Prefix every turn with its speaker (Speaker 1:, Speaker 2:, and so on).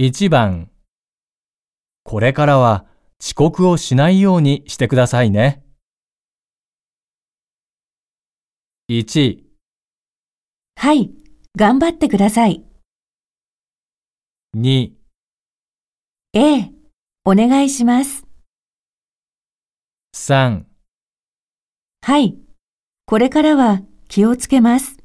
Speaker 1: 1番これからは遅刻をしないようにしてくださいね。1、
Speaker 2: はい、頑張ってください。
Speaker 1: 2、
Speaker 2: ええ、お願いします。
Speaker 1: 3
Speaker 2: はい、これからは気をつけます。